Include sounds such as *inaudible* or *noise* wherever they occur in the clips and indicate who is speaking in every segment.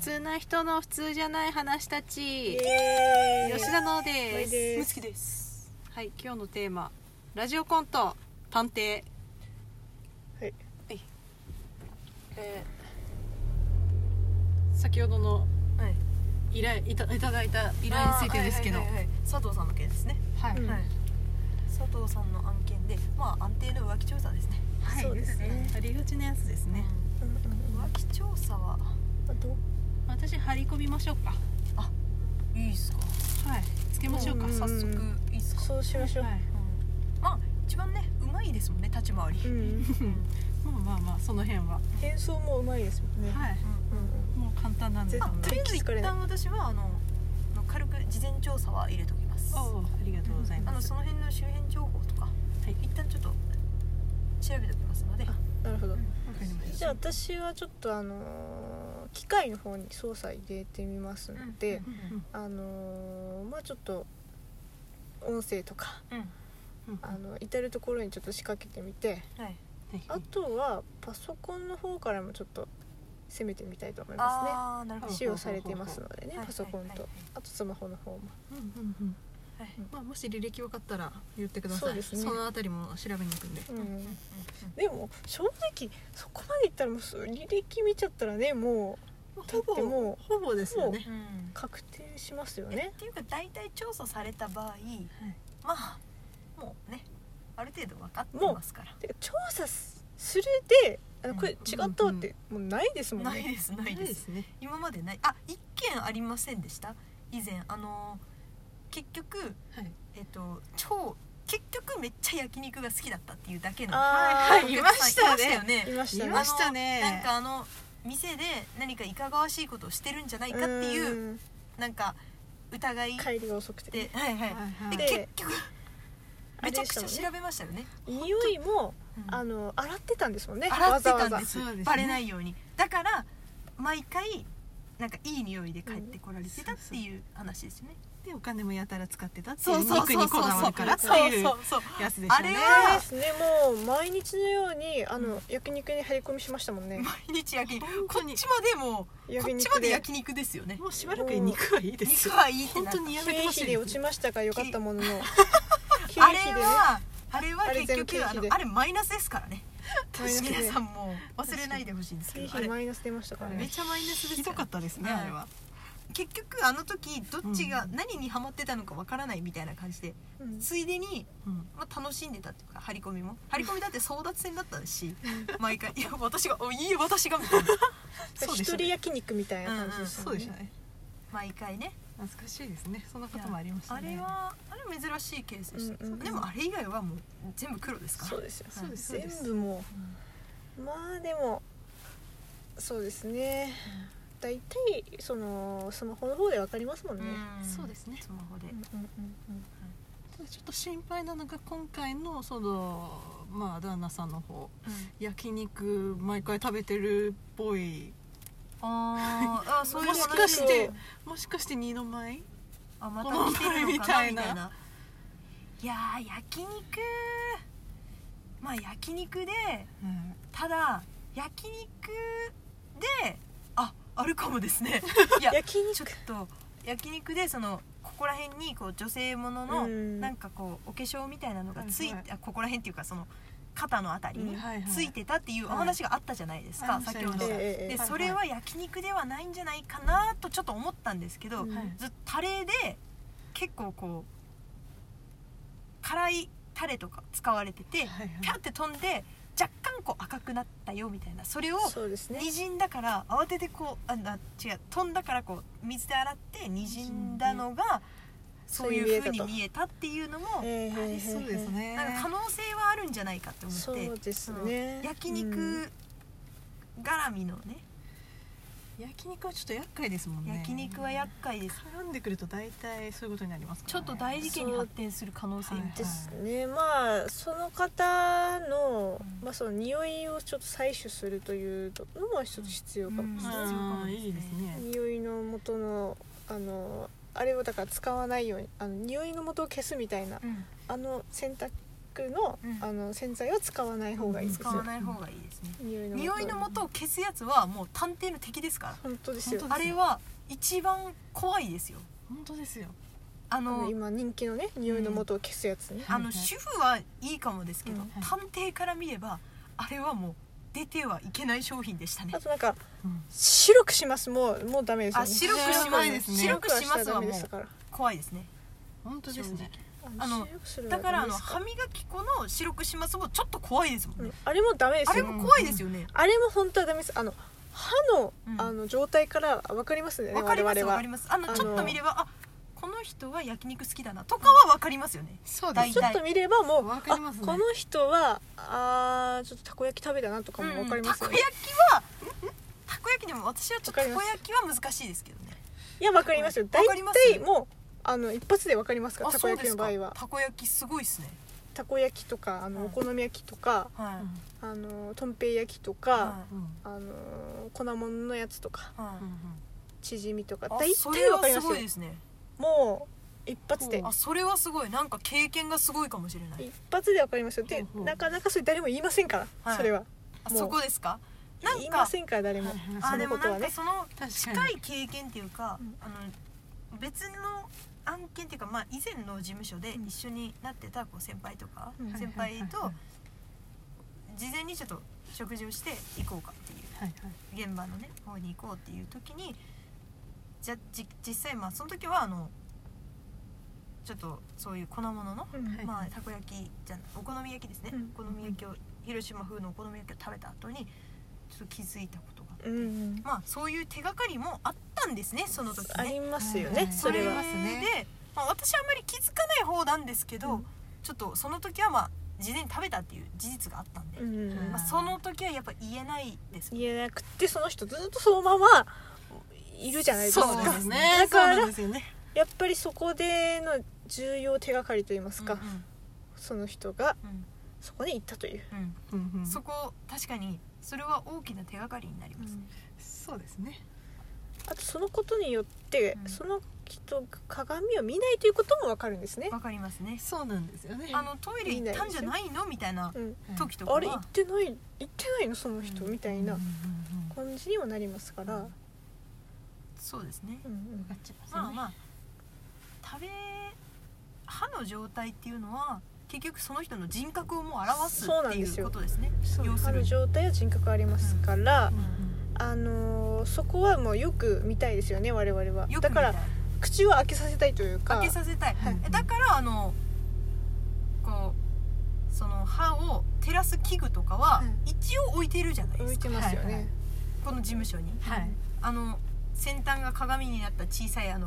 Speaker 1: 通な人の普通じゃない話た
Speaker 2: イ
Speaker 1: ち
Speaker 2: エーイ
Speaker 1: 吉田の
Speaker 2: ほ
Speaker 1: で
Speaker 2: い
Speaker 1: す
Speaker 2: です
Speaker 1: むつきですはい今日のテーマラジオコント探偵
Speaker 2: はい
Speaker 1: えー先ほどの
Speaker 3: はい
Speaker 1: 依頼いたいただいた依頼についてですけど
Speaker 3: あーはいはいはいはい佐藤さんの件ですね、
Speaker 1: はい
Speaker 2: うん
Speaker 3: はい佐藤さんの案件でまあ安定の浮気調査ですね
Speaker 1: はい
Speaker 2: そうですね
Speaker 1: ありがちなやつですね
Speaker 2: うんうんうん
Speaker 3: 浮気調査は
Speaker 2: あどう
Speaker 1: 私張り込みましょうか
Speaker 3: いいっすか
Speaker 1: はいつけましょうか
Speaker 2: うん
Speaker 3: 早速いいっすか、
Speaker 2: そうしましょう、
Speaker 1: はい
Speaker 3: うんまあ一番ねうまいですもんね立ち回り、
Speaker 2: うん
Speaker 1: まあまあまあその辺は
Speaker 2: 変装もうまいですもんね、
Speaker 1: はい
Speaker 2: うんうん
Speaker 1: もう簡単なんで
Speaker 2: 絶
Speaker 3: あとりあえず一
Speaker 2: 疲れない
Speaker 3: 旦私はあの軽く事前調査は入れときます
Speaker 1: おおありがとうござい
Speaker 3: あ
Speaker 1: ま
Speaker 3: の
Speaker 1: す
Speaker 3: その辺の周辺情報とか、
Speaker 1: い
Speaker 3: 一旦ちょっと調べておきますので、
Speaker 2: なるほど、
Speaker 1: わかりまし
Speaker 2: じゃあ
Speaker 1: た
Speaker 2: 私はちょっとあのー機械の方に操作入れてみますので、
Speaker 3: うん
Speaker 1: うん
Speaker 2: あのーまあちょっと音声とか
Speaker 3: うん
Speaker 1: うん
Speaker 2: あの至る所にちょっと仕掛けてみて
Speaker 3: はい
Speaker 2: あとはパソコンの方からもちょっと攻めてみたいと思いま
Speaker 3: ああなる
Speaker 2: す
Speaker 3: ほど
Speaker 2: ね使用されてますのでね
Speaker 3: はい
Speaker 2: パソコン
Speaker 3: はいはいは
Speaker 2: と
Speaker 3: い
Speaker 2: あとスマホの方も
Speaker 1: うんうんうん
Speaker 3: はい
Speaker 1: まあもし履歴分かったら言ってくださ
Speaker 2: そう
Speaker 1: い
Speaker 2: ですね
Speaker 1: そのあたりも調べに行くんで
Speaker 2: う
Speaker 3: うんうん
Speaker 2: んでも正直そこまでいったらもう履歴見ちゃったらねもう
Speaker 1: ほぼ
Speaker 2: だってもう
Speaker 1: ほぼですよね
Speaker 3: うんうん
Speaker 2: 確定しますよ
Speaker 3: えっ
Speaker 2: ね
Speaker 3: ていうか大体調査された場合まあもうねある程度分かってますから
Speaker 2: てか調査すするであのこれ違ったわってもうないですもん
Speaker 3: ない
Speaker 2: ね
Speaker 3: ですない
Speaker 1: ない
Speaker 3: で
Speaker 1: ですすね
Speaker 3: 今までないあ一件ありませんでした以前あのー結局
Speaker 1: はい
Speaker 3: えっと超結局めっちゃ焼肉が好きだったっていうだけの
Speaker 2: あ
Speaker 1: はい
Speaker 2: ー
Speaker 1: はいいましたね
Speaker 3: いま
Speaker 2: い
Speaker 3: よ
Speaker 2: ました
Speaker 1: い
Speaker 2: ね
Speaker 1: ましたね
Speaker 3: なんかあの店で何かいかがわしいことをしてるんじゃないかっていう
Speaker 2: うん
Speaker 3: なんか疑い
Speaker 2: 帰りが遅くて
Speaker 3: で、はいは
Speaker 1: はい
Speaker 3: い
Speaker 2: で
Speaker 1: はい
Speaker 3: で結局
Speaker 2: あ
Speaker 3: め
Speaker 2: れ
Speaker 3: ちゃ
Speaker 2: で
Speaker 3: く
Speaker 2: し
Speaker 3: ち
Speaker 2: た
Speaker 3: ゃ
Speaker 2: もんね
Speaker 3: 調べましたよね
Speaker 2: 匂いも
Speaker 3: うん
Speaker 2: あの洗ってたんですもんね
Speaker 3: 洗ってた
Speaker 2: わ
Speaker 3: ん
Speaker 2: ざわ
Speaker 3: で
Speaker 2: ざ
Speaker 3: す
Speaker 1: わざわざ
Speaker 3: バレないようにだから毎回なんかいい匂いで帰ってこられてたっていう話ですよね、
Speaker 1: でお金もやたら使ってたってい
Speaker 3: そううそう
Speaker 1: 肉
Speaker 3: そう
Speaker 1: に
Speaker 3: そ
Speaker 1: こ
Speaker 3: う
Speaker 1: だわるからっていう
Speaker 3: そうそうそう
Speaker 1: やつでし
Speaker 3: あ
Speaker 1: た
Speaker 3: れ
Speaker 1: ね
Speaker 2: そう
Speaker 3: は
Speaker 2: ですねもう毎日のようにあの、
Speaker 3: うん
Speaker 2: 焼肉に張り込みしましたもんね
Speaker 3: 毎日焼き肉こ
Speaker 1: 本
Speaker 3: っ
Speaker 1: 当に
Speaker 3: ちまでもうこ
Speaker 2: 焼
Speaker 3: っ
Speaker 2: 肉
Speaker 3: ちまで焼肉ですよね
Speaker 1: もうしばらく肉はいいです
Speaker 3: 肉
Speaker 1: よ
Speaker 3: はいいって
Speaker 1: 本
Speaker 3: なっ
Speaker 1: 当
Speaker 3: た
Speaker 1: にやめて
Speaker 2: 経
Speaker 1: ほしい
Speaker 2: 費で
Speaker 1: で
Speaker 2: 落
Speaker 1: す
Speaker 2: ちましたがよかったものの
Speaker 3: *laughs*
Speaker 2: 経
Speaker 3: あれ
Speaker 2: 費でね
Speaker 3: はあれは
Speaker 2: あれ
Speaker 3: 結
Speaker 2: 全部経
Speaker 3: 局あ
Speaker 2: 費
Speaker 3: の
Speaker 2: で
Speaker 3: あれマイナスですからね
Speaker 2: *laughs* マイナスで
Speaker 3: 皆さんもう忘れないでほしいんですけ
Speaker 2: 経
Speaker 3: どあれ
Speaker 2: 費マイナス出ましたから
Speaker 3: め
Speaker 2: ね
Speaker 3: ちゃマイナスです
Speaker 1: ひどかったですね
Speaker 3: はい
Speaker 1: あれは
Speaker 3: 結局あの時どっちが
Speaker 1: うん
Speaker 3: 何にハマってたのかわからないみたいな感じで
Speaker 2: うん
Speaker 3: ついでに
Speaker 1: うん
Speaker 3: まあ、楽しんでたっていうか張り込みも張り込みだって争奪戦だったし毎回「いや私がおいいよ私が」みたいな
Speaker 1: そうでし
Speaker 2: 一
Speaker 1: た
Speaker 2: 人
Speaker 1: ね
Speaker 2: 焼肉みたいな感じでした
Speaker 1: そ
Speaker 2: も
Speaker 1: うんで
Speaker 2: ね
Speaker 1: したね
Speaker 3: 毎回ね
Speaker 1: 懐かしいですねそんなこともありました
Speaker 3: あ
Speaker 1: ね
Speaker 3: れはあれ珍しいケースでした、
Speaker 2: うんうん
Speaker 3: でもあれ以外はもう全部黒ですから
Speaker 2: そうですよ
Speaker 1: そうですそう
Speaker 2: 全
Speaker 1: です
Speaker 2: 部もうまあでもそうですね大体そのスマホの方でわかりますもんね、
Speaker 1: そうですね
Speaker 3: スマホで、
Speaker 2: うんうんうん
Speaker 1: ただちょっと心配なのが今回のそのまあ旦那さんの方焼肉毎回食べてるっぽい
Speaker 3: あ
Speaker 2: *laughs*
Speaker 3: ーあーそうい
Speaker 1: も
Speaker 3: う話
Speaker 1: しかしてもしかして二の舞
Speaker 3: あまた来てるのかなみたいないやー焼肉まあ焼肉でただ焼肉でああるかもです
Speaker 2: *laughs*
Speaker 3: ねいや
Speaker 2: うん焼
Speaker 3: ちょ
Speaker 2: 肉
Speaker 3: っと焼肉でそのここら辺にこう女性ものの
Speaker 2: うん
Speaker 3: なんかこうお化粧みたいなのがつい
Speaker 1: はい
Speaker 3: てあここら辺っていうかその肩のあたり
Speaker 2: う
Speaker 3: に
Speaker 2: ん
Speaker 1: はいはい
Speaker 3: ついてたっていうお
Speaker 1: はい
Speaker 3: 話があったじゃないです
Speaker 1: あ
Speaker 3: か
Speaker 1: りました
Speaker 3: 先ほど
Speaker 1: ありました
Speaker 2: ええええ
Speaker 3: で
Speaker 1: はい
Speaker 3: それは焼肉ではないんじゃないかなとちょっと思ったんですけど
Speaker 2: うん
Speaker 1: はい
Speaker 3: ずっとタレで結構こう辛いタレとか使われてて
Speaker 1: はいはい
Speaker 3: ピャって飛んで若干こう赤くなったよみたいなそれを
Speaker 2: そうですね
Speaker 3: にじんだから慌ててこうあな違う飛んだからこう水で洗ってにじんだのがそういう風に見えたっていうのも
Speaker 2: ええ
Speaker 1: ありそうですね
Speaker 3: なんか可能性はあるんじゃないかって思
Speaker 2: そ
Speaker 3: っ
Speaker 2: う
Speaker 3: て
Speaker 2: ですね
Speaker 3: 焼
Speaker 2: うん
Speaker 3: 肉絡みのね
Speaker 1: 焼肉はちょっと厄介ですもんね
Speaker 3: 焼肉は厄介です
Speaker 1: 絡んでくると大体そういうことになりますか
Speaker 3: ちょ
Speaker 1: ら
Speaker 3: っ
Speaker 1: ね
Speaker 3: と大事件に発展する可能性みたい
Speaker 2: ですねまあその方の
Speaker 3: うん
Speaker 2: まあその匂いをちょっと採取するというのも一つ必要かもしれ
Speaker 3: 事
Speaker 2: ない、
Speaker 3: 件
Speaker 1: あーいいですね
Speaker 2: 匂いの元のあのあれをだから使わないようにあの匂いの元を消すみたいな
Speaker 3: な、うん
Speaker 2: あの選択肉の,、
Speaker 3: うん
Speaker 2: あの洗剤は使わない方がいいです
Speaker 3: 使わない方がいいですね
Speaker 2: 匂いの
Speaker 3: 匂いの元を消すやつはもう探偵の敵ですから
Speaker 2: 本当ですよ
Speaker 1: 本
Speaker 3: あれは一番怖いですよ
Speaker 1: 本当ですよ
Speaker 3: あ
Speaker 2: あの
Speaker 3: の
Speaker 2: 今人気のね匂いの元を消すやつね、
Speaker 3: あ
Speaker 1: は
Speaker 3: の
Speaker 1: いはい
Speaker 3: 主婦はいいかもですけど、
Speaker 2: うん
Speaker 1: はい
Speaker 3: 探偵から見ればあれはもう出てはいけない商品でしたね
Speaker 2: あとなんか
Speaker 1: うん
Speaker 2: 白くしますもうもうダメですよ
Speaker 3: あ
Speaker 2: ね
Speaker 3: 白く
Speaker 1: そ
Speaker 3: し
Speaker 1: れは
Speaker 3: ま
Speaker 1: ない
Speaker 3: す
Speaker 1: ですね
Speaker 3: 白くしますは
Speaker 2: 白
Speaker 3: も
Speaker 2: く
Speaker 3: う
Speaker 2: したらダメで
Speaker 3: 怖いですね
Speaker 1: 本当ですね
Speaker 2: すから
Speaker 3: あの
Speaker 2: 白くするの
Speaker 3: だ
Speaker 2: は
Speaker 3: からあの
Speaker 2: ダメです
Speaker 3: 歯磨き粉の白くしますもちょっと怖いですもん
Speaker 2: う
Speaker 3: ね
Speaker 2: ん、あれもダメで
Speaker 3: あ
Speaker 2: す
Speaker 3: れ
Speaker 2: よ
Speaker 3: も怖いですよね
Speaker 2: あれも本当はダメですあの歯の,、
Speaker 3: うん
Speaker 2: あの状態から分かりますよね
Speaker 3: わかります
Speaker 2: 我々
Speaker 3: わ
Speaker 2: は
Speaker 3: かりますあの
Speaker 2: あの
Speaker 3: ちょっと見ればあこの人は焼肉好きだなとかはわかりますよね
Speaker 1: そう
Speaker 3: です
Speaker 2: ちょっと見ればもう、
Speaker 1: わかり
Speaker 2: あ
Speaker 1: ますね
Speaker 2: この人はあーちょっとたこ焼き食べたなとかも
Speaker 3: うん
Speaker 2: 分かります
Speaker 3: た
Speaker 2: よ
Speaker 3: こ
Speaker 2: ね、
Speaker 3: 焼きはたこ焼きでも私はちょっとたこ焼きは難しいですけどね
Speaker 2: いや分かりますよ
Speaker 3: わ
Speaker 2: 大
Speaker 3: かります
Speaker 2: 体もうあの一発で分かりますから
Speaker 3: あ
Speaker 2: たこ
Speaker 3: そう
Speaker 2: 焼
Speaker 3: で
Speaker 2: き
Speaker 3: す
Speaker 2: の
Speaker 3: か
Speaker 2: 場合は
Speaker 3: たこ焼きすごいですね
Speaker 2: たこ焼きとかあの、
Speaker 3: うん
Speaker 2: お好み焼きとか
Speaker 3: はい、
Speaker 1: うん
Speaker 2: あのとんぺい焼きと
Speaker 3: は
Speaker 2: か、
Speaker 3: い
Speaker 1: うん
Speaker 2: あの粉もんのやつとか
Speaker 3: はい
Speaker 2: チヂミとか
Speaker 3: あ
Speaker 2: 大
Speaker 3: それ
Speaker 2: 体分
Speaker 3: は
Speaker 2: かりますす
Speaker 3: ご
Speaker 2: よ
Speaker 3: いですね
Speaker 2: もう一発で
Speaker 1: ほ
Speaker 3: あそれはすごいなんか経験がすごいかもしれない
Speaker 2: 一発で分かりますよで
Speaker 1: ほうほう
Speaker 2: なかなかそれ誰も言いませんから、
Speaker 3: はい
Speaker 2: それは
Speaker 3: あ
Speaker 2: もう
Speaker 3: そこですかなんか
Speaker 2: 言いませんから誰も
Speaker 1: はいはい
Speaker 3: あ
Speaker 2: そ
Speaker 3: で
Speaker 2: の
Speaker 3: も
Speaker 2: こと
Speaker 3: な
Speaker 2: は
Speaker 3: んか
Speaker 2: ね
Speaker 3: その
Speaker 1: 確かに
Speaker 3: 近い経験っていうか、
Speaker 2: うん
Speaker 3: あの別の案件っていうか、まあ、以前の事務所で
Speaker 2: うん
Speaker 3: 一緒になってたこう先輩とか、
Speaker 2: うん
Speaker 3: 先輩と
Speaker 1: はい
Speaker 3: 事前にちょっと食事をして行こうかっていう
Speaker 1: はい
Speaker 3: 現場のね方に行こうっていう時にじゃじ実際まあその時はあのちょっとそういう粉物の、
Speaker 2: うん
Speaker 1: はい
Speaker 3: まあ、たこ焼きじゃんお好み焼きですね、
Speaker 2: うん
Speaker 3: お好み焼きを広島風のお好み焼きを食べた後にちょっと気づいたことがあって
Speaker 2: うんうん
Speaker 3: まあそういう手がかりもあったんですねその時
Speaker 2: あ
Speaker 3: ね
Speaker 2: りますよ
Speaker 1: は
Speaker 2: ね、
Speaker 1: い
Speaker 2: それ
Speaker 1: ありま
Speaker 2: は
Speaker 1: すね
Speaker 3: で、まあ、私はあまり気づかない方なんですけど、
Speaker 2: うん
Speaker 3: ちょっとその時はまあ事前に食べたっていう事実があったんで、
Speaker 2: うんうんうん
Speaker 3: まあ、その時はやっぱ言えないです
Speaker 2: 言えなくてその人ずっとそのままいるじゃないですか
Speaker 1: そうですね
Speaker 2: だから
Speaker 1: そうなんですよね
Speaker 2: やっぱりそこでの重要手がかりといいますか、
Speaker 3: うん
Speaker 2: その人が
Speaker 3: うん
Speaker 2: そこで行ったという、
Speaker 3: うん
Speaker 1: うんう
Speaker 3: うんんそこ確かにそれは大きな手がかりになります、
Speaker 1: そうですね
Speaker 2: あとそのことによって、
Speaker 3: うん
Speaker 2: その人が鏡を見ないということもわかるんですね、
Speaker 3: わかりますね
Speaker 1: そうなんですよね
Speaker 3: あのトイレ行ったんじゃないのみたいな
Speaker 2: うん、
Speaker 3: 時とか
Speaker 2: あ
Speaker 3: は
Speaker 2: れ行ってない行ってないのその人、
Speaker 3: うん
Speaker 2: みた
Speaker 1: うん
Speaker 2: い
Speaker 1: うんうんう
Speaker 2: なん感じにもなりますから、
Speaker 3: うんそうですね
Speaker 2: うんうん
Speaker 1: わかっちゃいますね
Speaker 3: まあまあ食べ歯の状態っていうのは結局その人の人格をもう表す
Speaker 2: そうなん
Speaker 3: って
Speaker 2: で
Speaker 3: い
Speaker 2: す
Speaker 3: う
Speaker 2: よ
Speaker 3: ことですね
Speaker 2: そう
Speaker 3: 要す
Speaker 2: あ
Speaker 3: る
Speaker 2: る
Speaker 3: に
Speaker 2: 状態は人格ありますから、
Speaker 1: うん
Speaker 2: あのーそこはもうよく見たいですよね我々は
Speaker 3: よく
Speaker 2: だ
Speaker 3: 見
Speaker 2: か
Speaker 3: たい
Speaker 2: ら口を開けさせたいというか
Speaker 3: 開けさせたい、
Speaker 1: はい
Speaker 3: えだからあのこうその歯を照らす器具とかは
Speaker 2: うん
Speaker 3: 一応置いてるじゃないで
Speaker 2: 浮い
Speaker 3: すか、
Speaker 2: てますよね、
Speaker 1: はいはい
Speaker 3: この事務所に
Speaker 1: はい
Speaker 3: あの先端が鏡になった小さいあの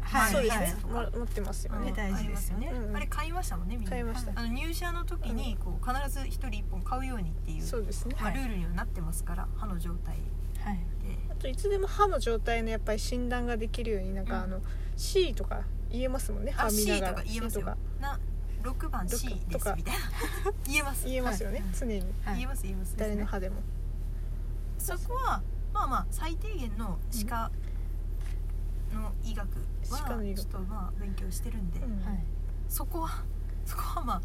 Speaker 3: は
Speaker 1: はい
Speaker 2: そうです
Speaker 1: は
Speaker 2: ね
Speaker 1: い、
Speaker 2: も持ってますよ
Speaker 3: あの
Speaker 2: ね
Speaker 1: ね大事
Speaker 3: ありますよね、
Speaker 2: ですよねうん
Speaker 3: あれ買いましたもんねみんな
Speaker 2: 買いました
Speaker 3: あの入社の時にこう必ず一人一本買うようにっていう
Speaker 2: そうですね
Speaker 3: まあ
Speaker 1: はい
Speaker 3: ルールにはなってますから歯の状態
Speaker 1: はい
Speaker 3: で
Speaker 2: あといつでも歯の状態のやっぱり診断ができるようになんか、
Speaker 3: うん
Speaker 2: あの C とか言えますもんね
Speaker 3: あ
Speaker 2: 歯見ながら
Speaker 3: C とか言えますよ
Speaker 2: とか
Speaker 3: な6番 C
Speaker 2: 六
Speaker 3: で
Speaker 2: と
Speaker 3: す
Speaker 2: か
Speaker 3: みたいな *laughs* 言えます
Speaker 2: 言えますよね、
Speaker 1: はい
Speaker 2: 常に
Speaker 1: はい
Speaker 3: 言えます言えます
Speaker 2: 誰の
Speaker 3: ですね
Speaker 2: 歯でも、
Speaker 3: そこはまあまあ最低限の歯科の医学
Speaker 2: 歯科の医学
Speaker 3: はちょっとまあ勉強してるんで、
Speaker 2: うん
Speaker 1: はい
Speaker 3: そこはそこはまあ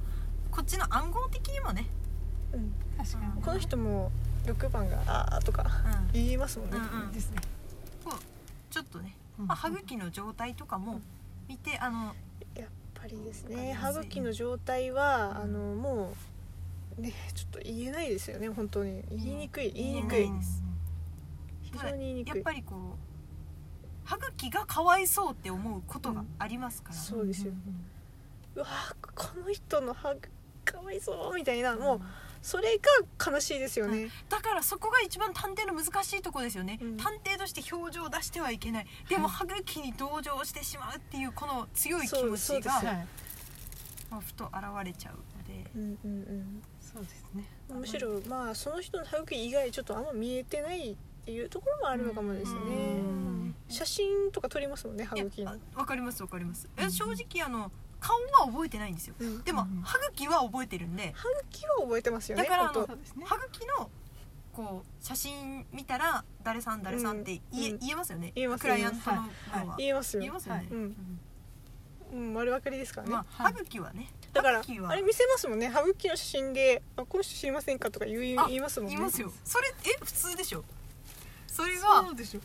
Speaker 3: こっちの暗号的にもね、
Speaker 2: うん
Speaker 1: 確か
Speaker 3: うん
Speaker 2: この人も6番が「あー」とか
Speaker 3: うん
Speaker 2: 言えますもんね、
Speaker 3: うん
Speaker 1: にですね
Speaker 3: ちょっとね、
Speaker 1: うん
Speaker 3: まあ、歯茎の状態とかも見てあの
Speaker 2: やっぱりです
Speaker 3: わかり
Speaker 2: ね
Speaker 3: やすい
Speaker 2: 歯茎の状態は、
Speaker 3: うん
Speaker 2: あのもうねちょっと言えないですよね本当に言いにくい言いにく
Speaker 3: 言え
Speaker 2: い
Speaker 3: ないです
Speaker 2: 非常に言いに
Speaker 3: や
Speaker 2: く
Speaker 3: っ
Speaker 2: い
Speaker 3: ぱりこう歯茎がかわいそうって思うことがありますから、
Speaker 2: そうですようわーこの人の歯かわいそうみたいなもうそれが悲しいですよね、
Speaker 3: だからそこが一番探偵の難しいとこですよね、
Speaker 2: うん
Speaker 3: 探偵として表情を出してはいけないでも歯茎に同情してしまうっていうこの強い気
Speaker 2: そう
Speaker 3: 持
Speaker 2: そう
Speaker 3: ち
Speaker 2: です
Speaker 3: が
Speaker 2: よ
Speaker 1: はい
Speaker 3: まあふと現れちゃうので
Speaker 2: うんうん
Speaker 1: そうですね
Speaker 2: うん、むしろまあその人の歯茎以外ちょっとあんま見えてないっていうところもあるのかもですね、
Speaker 1: うん
Speaker 2: 写真とか撮りますもんね歯
Speaker 3: いや
Speaker 2: 茎の
Speaker 3: あ、わかりますわかります、
Speaker 1: う
Speaker 3: え
Speaker 1: ん
Speaker 3: 正直あの顔は覚えてないんですよ
Speaker 2: うん
Speaker 3: でも
Speaker 1: うん
Speaker 3: 歯茎は覚えてるんで
Speaker 2: 歯茎は覚えてますよね
Speaker 3: だからあの
Speaker 2: 本
Speaker 1: そうですね
Speaker 3: 歯茎のこう写真見たら誰さん誰さんって言え,、
Speaker 2: うん
Speaker 3: 言えますよね
Speaker 2: 言えます
Speaker 3: クライアントの
Speaker 1: 言えます
Speaker 3: 方は、
Speaker 2: 当言えますよ
Speaker 3: 言えますよね、
Speaker 1: はい
Speaker 2: うん
Speaker 3: うん
Speaker 2: うん、丸分かりですからね、
Speaker 3: まあ、
Speaker 1: はい
Speaker 3: 歯茎はね
Speaker 2: だから
Speaker 3: ハッキーは
Speaker 2: あれ見せますもんね歯茎の写真で「あこの人知りませんか?」とか言い
Speaker 3: あ
Speaker 2: 言いますもんね
Speaker 3: いますよそれえ普通でしょそれ
Speaker 1: そ
Speaker 3: が
Speaker 1: うでしょ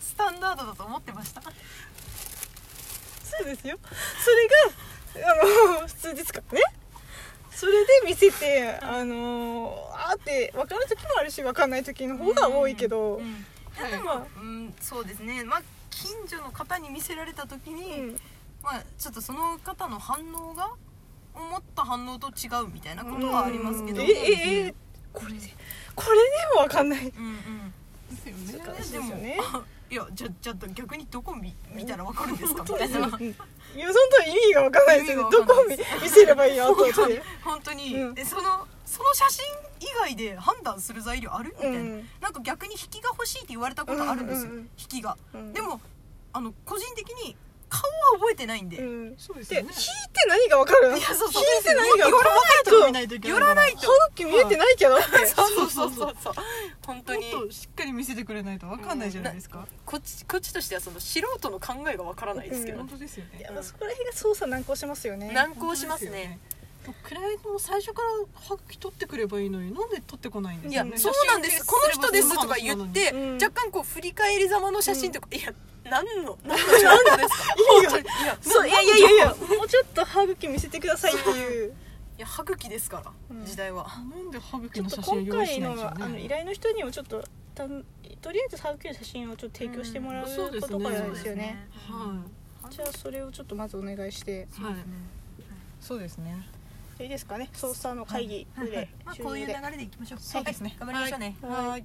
Speaker 3: スタンダードだと思ってました
Speaker 2: そうですよそれがあの普通ですからねそれで見せてあのあーって分かる時もあるし分かんない時の方が多いけど、
Speaker 3: うんうん
Speaker 2: ただま
Speaker 3: うん、そうですねまあ近所の方に見せられた時
Speaker 2: あ、
Speaker 3: に、
Speaker 2: うん
Speaker 3: まあちょっとその方の反応が思った反応と違うみたいなことはありますけど
Speaker 2: え
Speaker 1: うん
Speaker 2: ええこれでこれでも分かんない
Speaker 3: うんうん
Speaker 1: ですよね
Speaker 2: 難しい
Speaker 3: で
Speaker 2: ですよ
Speaker 3: も
Speaker 2: ね
Speaker 3: あいやじゃちょっと逆にどこ見見たらわかるんですかみ
Speaker 2: そう
Speaker 3: た
Speaker 2: で
Speaker 3: い
Speaker 2: すよ
Speaker 3: な
Speaker 2: うんいやそのと意味が分かんないですよねど
Speaker 3: 意味が
Speaker 2: こ
Speaker 3: わ
Speaker 2: を
Speaker 3: かんな
Speaker 2: 見
Speaker 3: いです
Speaker 2: 見せればいいの後って
Speaker 3: 本当に、
Speaker 2: うん
Speaker 3: えそのその写真以外で判断する材料あるみたいな、
Speaker 2: うん
Speaker 3: なんか逆に引きが欲しいって言われたことあるんです
Speaker 2: うん
Speaker 3: よ、
Speaker 2: うんうん
Speaker 3: 引きが、
Speaker 2: うん
Speaker 3: でもあの個人的に顔は覚えてないんで、
Speaker 2: うん
Speaker 1: そうです
Speaker 2: で
Speaker 1: よ
Speaker 2: 引い
Speaker 1: ね
Speaker 2: て何が分かるの
Speaker 3: いやそうそう
Speaker 2: 引いて何が分か
Speaker 1: とこ見ないといけない
Speaker 3: 寄
Speaker 1: から
Speaker 3: ない
Speaker 2: る
Speaker 3: と
Speaker 2: 歯茎見えてないけどって
Speaker 3: そうそうそう *laughs* そう本当に
Speaker 1: もっとしっかり見せてくれないとわかんないじゃないですか、
Speaker 3: こっちこっちとしてはその素人の考えがわからないですけど、
Speaker 2: う
Speaker 1: 本当ですよ
Speaker 2: い
Speaker 1: ね
Speaker 2: やまあそこら辺が操作難航しますよね
Speaker 3: 難航しますね
Speaker 1: 本当ですよねもうクライアントも最初から歯茎取ってくればいいのになんで取ってこないんです
Speaker 3: い
Speaker 1: か
Speaker 3: や
Speaker 1: ね
Speaker 3: そうなんですこの人ですとか言って、
Speaker 2: うん
Speaker 3: 若干こう振り返りざまの写真とか、いや何の何のですか
Speaker 2: いいよ
Speaker 3: 本当にいや
Speaker 2: そういやいやいやいやもうちょっと歯茎見せてくださいっていう
Speaker 3: いや歯茎ですから、
Speaker 2: うん
Speaker 3: 時代は
Speaker 1: なんで歯茎
Speaker 2: ちょ
Speaker 1: の
Speaker 2: っと
Speaker 1: 写真を
Speaker 2: 今
Speaker 1: 用意し
Speaker 2: 回
Speaker 1: ない
Speaker 2: の
Speaker 1: んでしょ
Speaker 2: あ
Speaker 1: う
Speaker 2: の
Speaker 1: ね
Speaker 2: 依頼の人にもちょっとたんとりあえず歯茎の写真をちょっと提供してもらう
Speaker 1: うんそうです
Speaker 2: こ
Speaker 1: ね
Speaker 2: とからで
Speaker 1: そう
Speaker 2: すよね
Speaker 1: は
Speaker 2: じゃあそれをちょっとまずお願いして
Speaker 1: い、はい、そうですね
Speaker 2: いいですかね操作の会議で
Speaker 3: まあ
Speaker 2: 終
Speaker 3: こ
Speaker 2: 了
Speaker 3: ういう
Speaker 2: で
Speaker 3: 流れでいきましょう
Speaker 1: そうですね
Speaker 3: はい頑張りましょうね、
Speaker 1: はい